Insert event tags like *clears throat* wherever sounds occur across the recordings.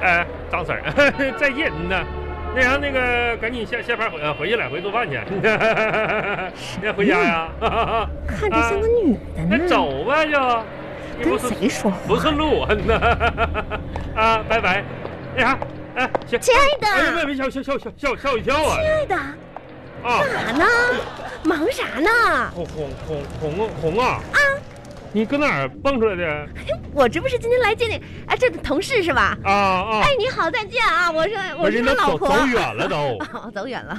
呃 *laughs* 再见，嗯呐，那啥，那个赶紧下下班回呃回去了，回去做饭去。 *laughs* 要回家呀？嗯啊看着像个女的那呢，走吧就，你不跟是谁说话？不是路啊呐， *laughs* 啊，拜拜。那啥，哎，行。亲爱哎呀，的，别别吓吓吓吓吓我吓我一跳啊！亲爱的，啊，干啥呢？忙啥呢？红红红红啊红啊！啊，你搁哪儿蹦出来的？我这不是今天来接你，哎，这同事是吧？啊啊！哎，你好，再见啊！我是我不是是那他走老婆走。远了都 *laughs* 哦，走远了。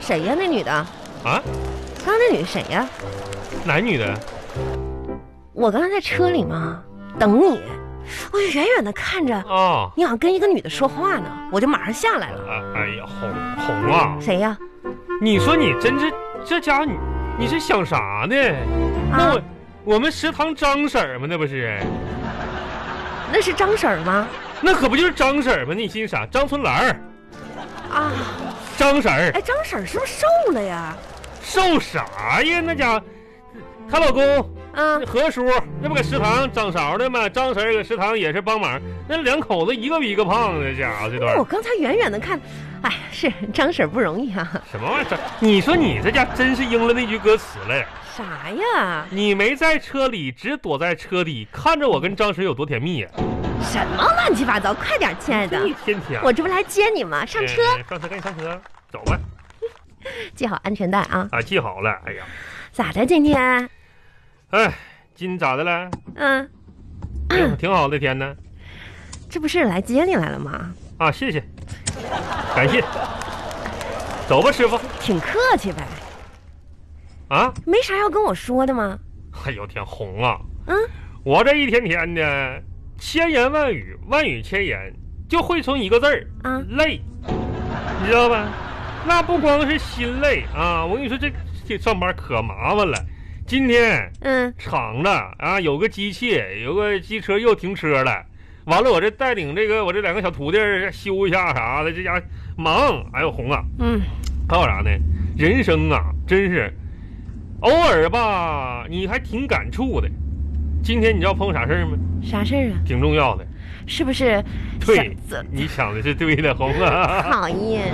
谁呀？那女的？啊，刚刚那女谁呀？男女的我刚才在车里嘛，等你，我就远远的看着啊你好像跟一个女的说话呢，我就马上下来了。啊！哎呀，红红啊！谁呀？你说你真是这家伙，你你是想啥呢？那啊我我们食堂张婶儿吗？那不是，那是张婶儿吗？那可不就是张婶儿吗？你心啥？张春兰儿，啊，张婶儿哎，张婶儿是不是瘦了呀？瘦啥呀？那家伙，她老公啊那，何叔那不搁食堂掌勺的吗？张婶儿搁食堂也是帮忙，那两口子一个比一个胖，这家伙这段那我刚才远远的看，哎，是张婶儿不容易啊。什么玩意儿？你说你这家真是应了那句歌词了，啥呀？你没在车里，只躲在车底，看着我跟张婶有多甜蜜啊什呀、么乱七八糟？快点，亲爱的，一天天我这不来接你吗？上车，嗯上车，赶紧上车，走吧。系好安全带啊。啊，记好了。哎呀，咋的？今天？哎，今咋的了？哎嗯， *clears throat* 挺挺好的天呢。这不是来接你来了吗？啊，谢谢，感谢。走吧，师傅。挺客气呗，啊，没啥要跟我说的吗？哎呦天，红啊！嗯，我这一天天的，千言万语，万语千言，就汇成一个字儿，啊累，你知道吧？那不光是心累啊，我跟你说这，这上班可麻烦了。今天嗯，厂子啊，有个机器，有个机车又停车了。完了，我这带领这个我这两个小徒弟儿修一下啥的，这家伙忙。哎呦，红啊，嗯，还有啥呢？人生啊，真是偶尔吧，你还挺感触的。今天你知道碰啥事儿吗？啥事儿啊？挺重要的。是不是？对想怎你想的是对的，红啊， *laughs* 讨厌，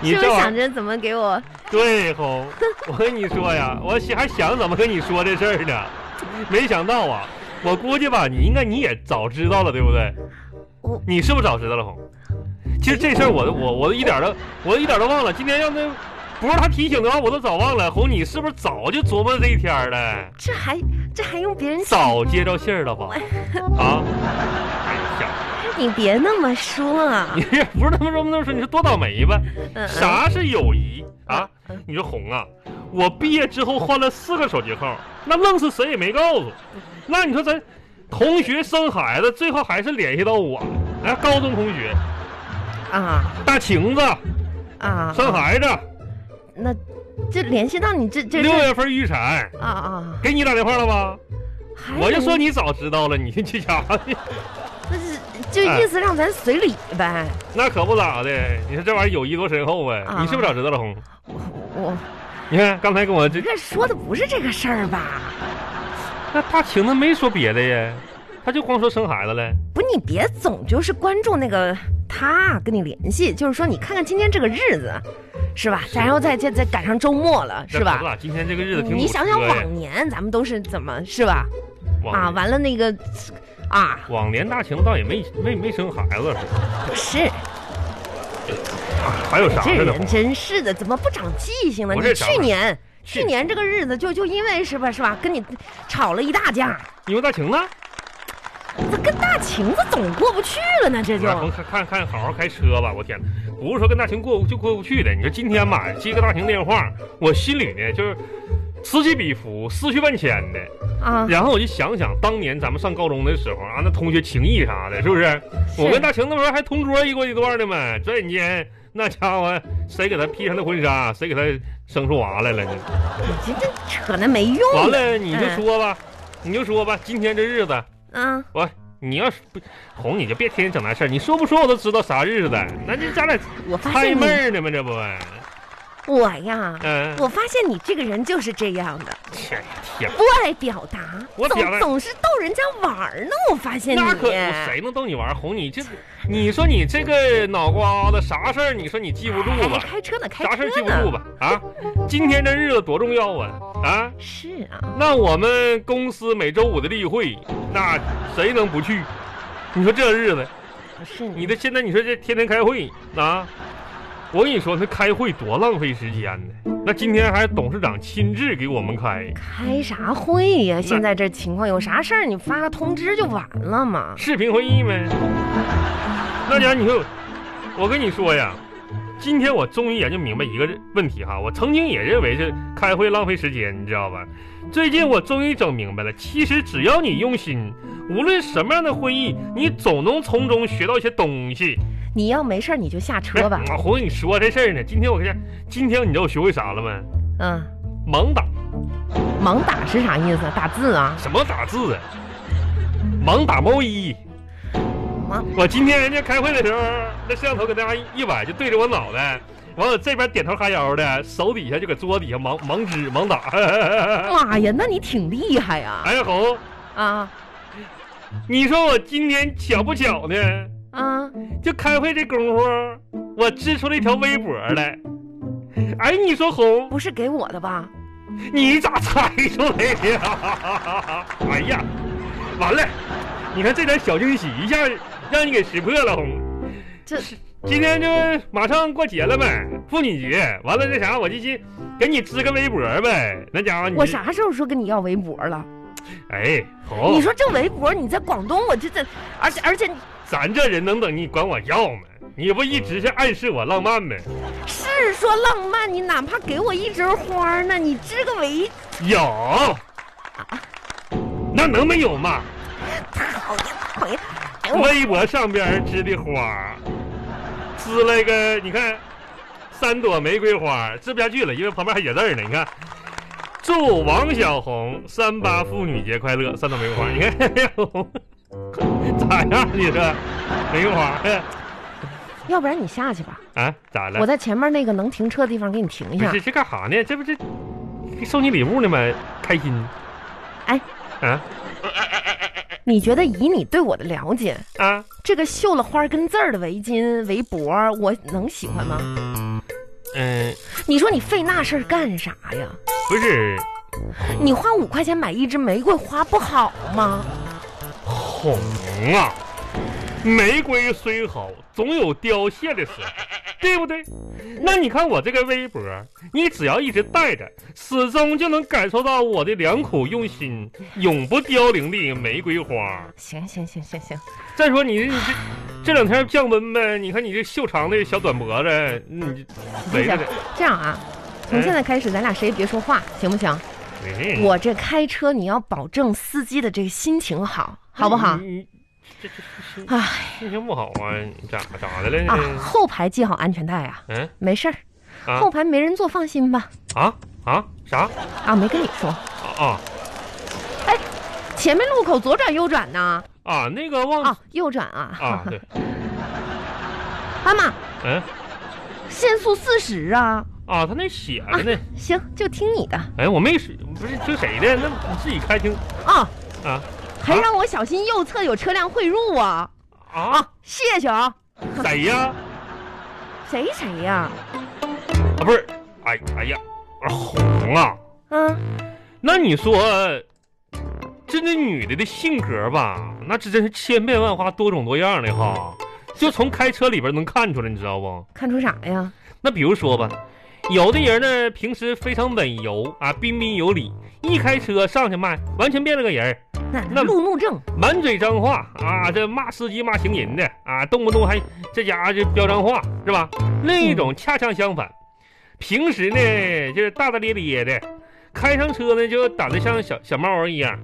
你是不这是玩想意儿着怎么给我？对红。我跟你说 *laughs* 呀，我想还想怎么跟你说这事儿呢，没想到啊，我估计吧，你应该你也早知道了，对不对我？你是不是早知道了，红？其实这事儿我都我我都一点儿都我一点儿都忘了。今天要那不是他提醒的话，我都早忘了。红，你是不是早就琢磨这一天儿了？这还这还用别人想？早接着信儿了吧？啊！哎呀，你别那么说啊你！这不是他们这么说，你说多倒霉吧？嗯嗯啥是友谊啊？嗯你说红啊，我毕业之后换了四个手机号，那愣是谁也没告诉。那你说咱同学生孩子，最后还是联系到我了。哎，高中同学啊大晴子啊！生孩子，那这联系到你这这六这月份预产，啊啊！给你打电话了吧？还我就说你，你早知道了，你这家伙。那是就啊意思让咱随礼呗。 *laughs* 那可不咋的，你说这玩意儿友谊多深厚呗？啊你是不是早知道了，红？我我你看刚才跟我这这说的不是这个事儿吧？那大晴子没说别的呀，她就光说生孩子了。不是你别总就是关注那个他跟你联系，就是说你看看今天这个日子，是吧？咱要再再再赶上周末了，是咱吧？俩今天这个日子挺你想想堵车呀往年咱们都是怎么是吧？哎往啊，完了那个啊，往年大晴子倒也没没没生孩子，不是啊还有啥这着呢？人真是的，怎么不长记性呢？不你是长去年是去年这个日子就就因为是吧是吧，跟你吵了一大架，你说大晴子，这跟大晴子总过不去了呢，这就那红看看看，好好开车吧！我天哪，不是说跟大晴过就过不去的。你说今天吧，接个大晴电话，我心里呢就是此起彼伏、思绪万千的。啊然后我就想想当年咱们上高中的时候啊，那同学情谊啥的，是不是？是我跟大晴那时候还同桌一过一段呢嘛。转眼间，那家伙谁给他披上的婚纱，谁给他生出娃来了呢？你这扯那没用完的了，你就说吧，你就说吧，今天这日子，啊！我你要是不红，你就别天天整那事儿。你说不说我都知道啥日子，那这咱俩我发猜现妹你，儿呢吗？这不，我呀，嗯，我发现你这个人就是这样的，天呀天呀，不爱表达，我总表达总是逗人家玩儿呢。我发现你，那可谁能逗你玩儿哄你？这你说你这个脑瓜子啥事儿？你说你记不住哎吧？开车呢，开啥事车儿记不呢住吧？啊，今天这日子多重要啊啊！是啊，那我们公司每周五的例会，那谁能不去？你说这日子，不是你的现在你说这天天开会啊，我跟你说那开会多浪费时间呢。那今天还董事长亲自给我们开，开啥会呀、现在这情况，有啥事儿你发个通知就完了嘛。视频会议呗。那家你说，我跟你说呀，今天我终于研究明白一个问题哈，我曾经也认为是开会浪费时间，你知道吧？最近我终于整明白了，其实只要你用心，无论什么样的会议，你总能从中学到一些东西。你要没事儿你就下车吧。哎我跟你说这事儿呢，今天我跟你今天你知道我学会啥了吗？嗯，盲打盲打是啥意思？打字啊？什么打字啊？盲打毛衣。盲我今天人家开会的时候，那摄像头搁那嘎一摆，就对着我脑袋，完我这边点头哈腰的，手底下就搁桌底下盲盲指盲打。 *laughs* 妈呀，那你挺厉害呀、哎呀红，啊！啊你说我今天巧不巧呢？啊！就开会这功夫，我织出了一条微博来。哎，你说红，不是给我的吧？你咋猜出来的呀？ *laughs* 哎呀，完了，你看这点小惊喜一下让你给识破了，红。这今天就马上过节了呗，妇女节，完了那啥，我就去给你织个围脖呗。那家伙你我？啥时候说跟你要围脖了？哎，红，你说这围脖你在广东，我这这，而且而且咱这人能等你管我要吗？你不一直是暗示我浪漫吗？是说浪漫，你哪怕给我一枝花呢，你织个围，有，啊那能没有吗？讨厌讨厌！哎我微博上边织的花，织了一个，你看，三朵玫瑰花，织不下去了，因为旁边还写字儿呢。你看，祝王小红三八妇女节快乐，三朵玫瑰花。你看，咋样？你这玫瑰花要不然你下去吧。啊？咋我了？在前面那个能停车的地方给你停一不下是。这干啥呢？这不是送你礼物呢吗？开心。哎啊你觉得以你对我的了解，啊！这个绣了花跟字儿的围巾、围脖，我能喜欢吗？嗯、你说你费那事儿干啥呀？不是你花五块钱买一支玫瑰花不好吗？红啊，玫瑰虽好，总有凋谢的时候，对不对？那你看我这个微博，你只要一直带着，始终就能感受到我的良苦用心，永不凋零的玫瑰花。行行行行行，再说你这这这两天降温呗，你看你这袖长的小短脖子，你围着的，这样啊，从嗯现在开始咱俩谁也别说话，行不行？哎我这开车你要保证司机的这个心情好，好不好？你你这这这唉心情不好啊？你咋咋的了啊，呢？后排系好安全带啊，嗯没事儿，啊后排没人坐，放心吧。啊啊啥啊，没跟你说，啊啊前面路口左转右转呢？啊那个忘啊，右转啊。啊，对，阿妈，嗯，限速四十啊！啊，他那写着呢。行，就听你的哎，我没使，不是听谁的？那你自己开听啊，啊还让我小心右侧有车辆汇入啊！啊！啊，谢谢啊！谁呀？谁谁呀、啊，不是，哎哎呀，啊红啊！嗯，那你说，这那女的的性格吧，那这真是千变万化、多种多样的哈。就从开车里边能看出来，你知道不？看出啥呀？那比如说吧，有的人呢，平时非常稳油啊，彬彬有礼，一开车上去卖，完全变了个人儿。那那路怒症，满嘴脏话啊，这骂司机骂行人的啊，动不动还这家伙就飙脏话是吧？另一种恰恰相反，平时呢就是大大咧咧的，开上车呢就胆子像小小猫儿一样。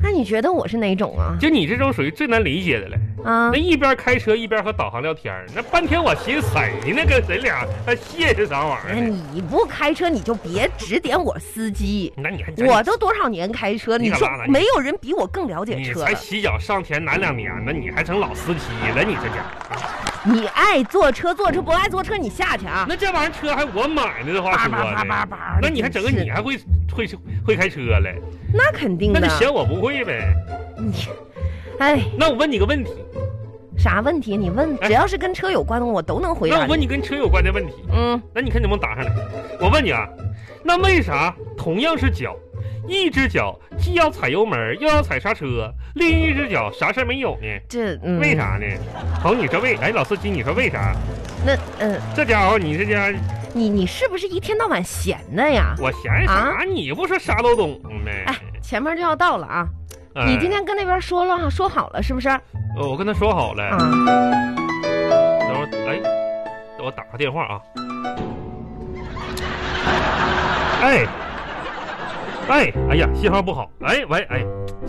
那你觉得我是哪种啊？就你这种属于最难理解的了。啊那，一边开车一边和导航聊天儿，那半天我寻思谁呢？跟谁俩还谢是啥玩那意儿呢？你不开车你就别指点我司机，那你还真我都多少年开车，你你可说拉倒你没有人比我更了解你车了。才啊洗脚上田哪两年呢？你还成老司机了？你这家伙你爱坐车坐车，不爱坐车你下去啊！那这玩意儿车还我买呢，这话叭说叭叭叭的，叭，嗯那你还整个真是你还会会会开车嘞？那肯定那的就。嫌我不会呗？你，哎，那我问你个问题，啥问题你问，哎只要是跟车有关的，我都能回那答我问你。你跟车有关的问题，嗯，那你看能不能答上来？我问你啊，那为啥同样是脚，一只脚既要踩油门又要踩刹车，另一只脚啥事儿没有呢？这嗯，为？啥呢？好，你说为哎，老司机，你说为啥？那嗯，这家伙，你这家伙你你是不是一天到晚闲的呀？我闲啥？啊你不说啥都懂呗？哎，前面就要到了啊！哎你今天跟那边说了说好了是不是？啊，呃我跟他说好了，等会儿哎，我打个电话啊。哎，哎，哎呀，信号不好。哎喂，哎，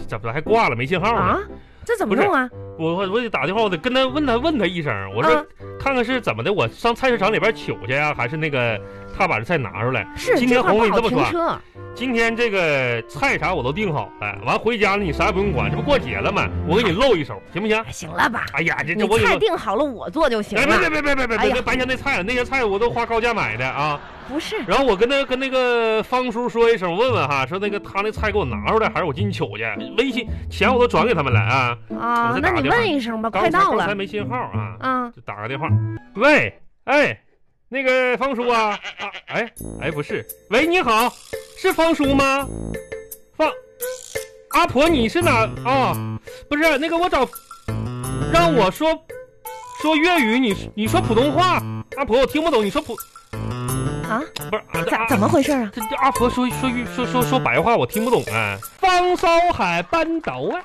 怎么还挂了？没信号呢？啊，这怎么不是弄啊？我我我得打电话，我得跟他问他问他一声，我说、啊看看是怎么的，我上菜市场里边取去呀、还是那个他把这菜拿出来？是今天这块红不你好这么停说，车，今天这个菜啥我都订好了，完回家了你啥也不用管，这不过节了吗？我给你露一手，行不行？哎行了吧？哎呀，这你这我有菜个。定好了，我做就行哎，别了。别别别别别哎别呀别白瞎那菜了，那些菜我都花高价买的啊。不是，然后我跟那跟那个方叔说一声，问问哈，说那个他那菜给我拿出来，还是我进去取去？微信钱我都转给他们了啊。我啊再，那打你电话问一声吧，刚快才到刚才了没信号啊。啊。就打个电话。喂，哎，那个方叔啊，啊，哎，哎，不是，喂，你好，是方叔吗？方，阿婆，你是哪啊、不是那个，我找，让我说说粤语，你你说普通话，阿婆我听不懂，你说普啊，不是啊咋啊怎么回事啊？这这阿婆说说粤说说说白话，我听不懂啊。方烧海班斗啊，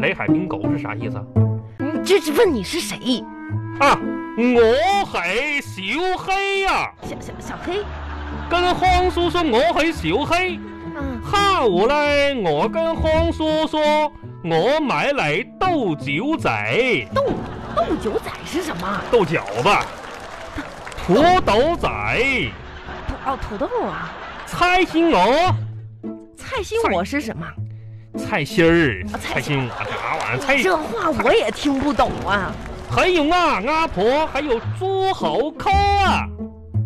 雷海冰狗是啥意思啊？你嗯这是问你是谁？啊，我係小黑啊，小小小黑跟康叔叔我係小黑，啊，下午咧我跟康叔叔我買嚟豆角仔，豆豆九仔是什么？豆角吧，土豆仔，土哦土豆啊，菜心鵝，菜心我是什么？菜心儿，啊菜菜心啊啥玩意儿，菜这话我也听不懂啊。还有啊阿婆，还有猪猴扣啊，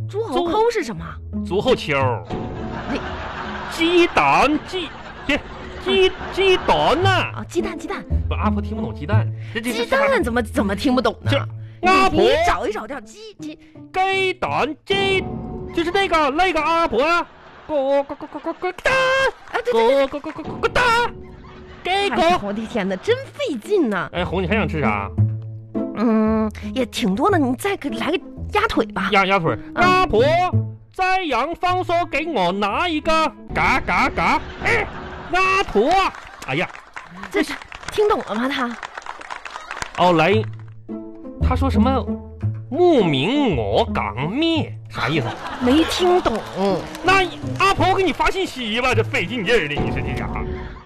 猪猴猪抠是什么？猪后秋儿那，鸡蛋鸡鸡鸡鸡蛋呐、啊。啊，鸡蛋鸡蛋不，阿婆听不懂鸡蛋，这这鸡这啥蛋怎么怎么听不懂呢这？你阿婆你找一找叫鸡鸡鸡蛋鸡，就是那个那个阿婆，咕咕咕咕咕咕哒，啊，对对，咕咕咕咕咕咕哒，鸡哎呀狗。我的天哪，真费劲呐。哎，红，你还想吃啥？嗯，也挺多的，你再给来个鸭腿吧。鸭鸭腿儿。阿婆，再让方叔给我拿一个，嘎嘎嘎。哎，鸭婆，哎呀，这是听懂了吗？他哦来，他说什么？慕名我港灭，啥意思？没听懂。那阿婆，我给你发信息吧，这费劲劲儿的，你说这家伙。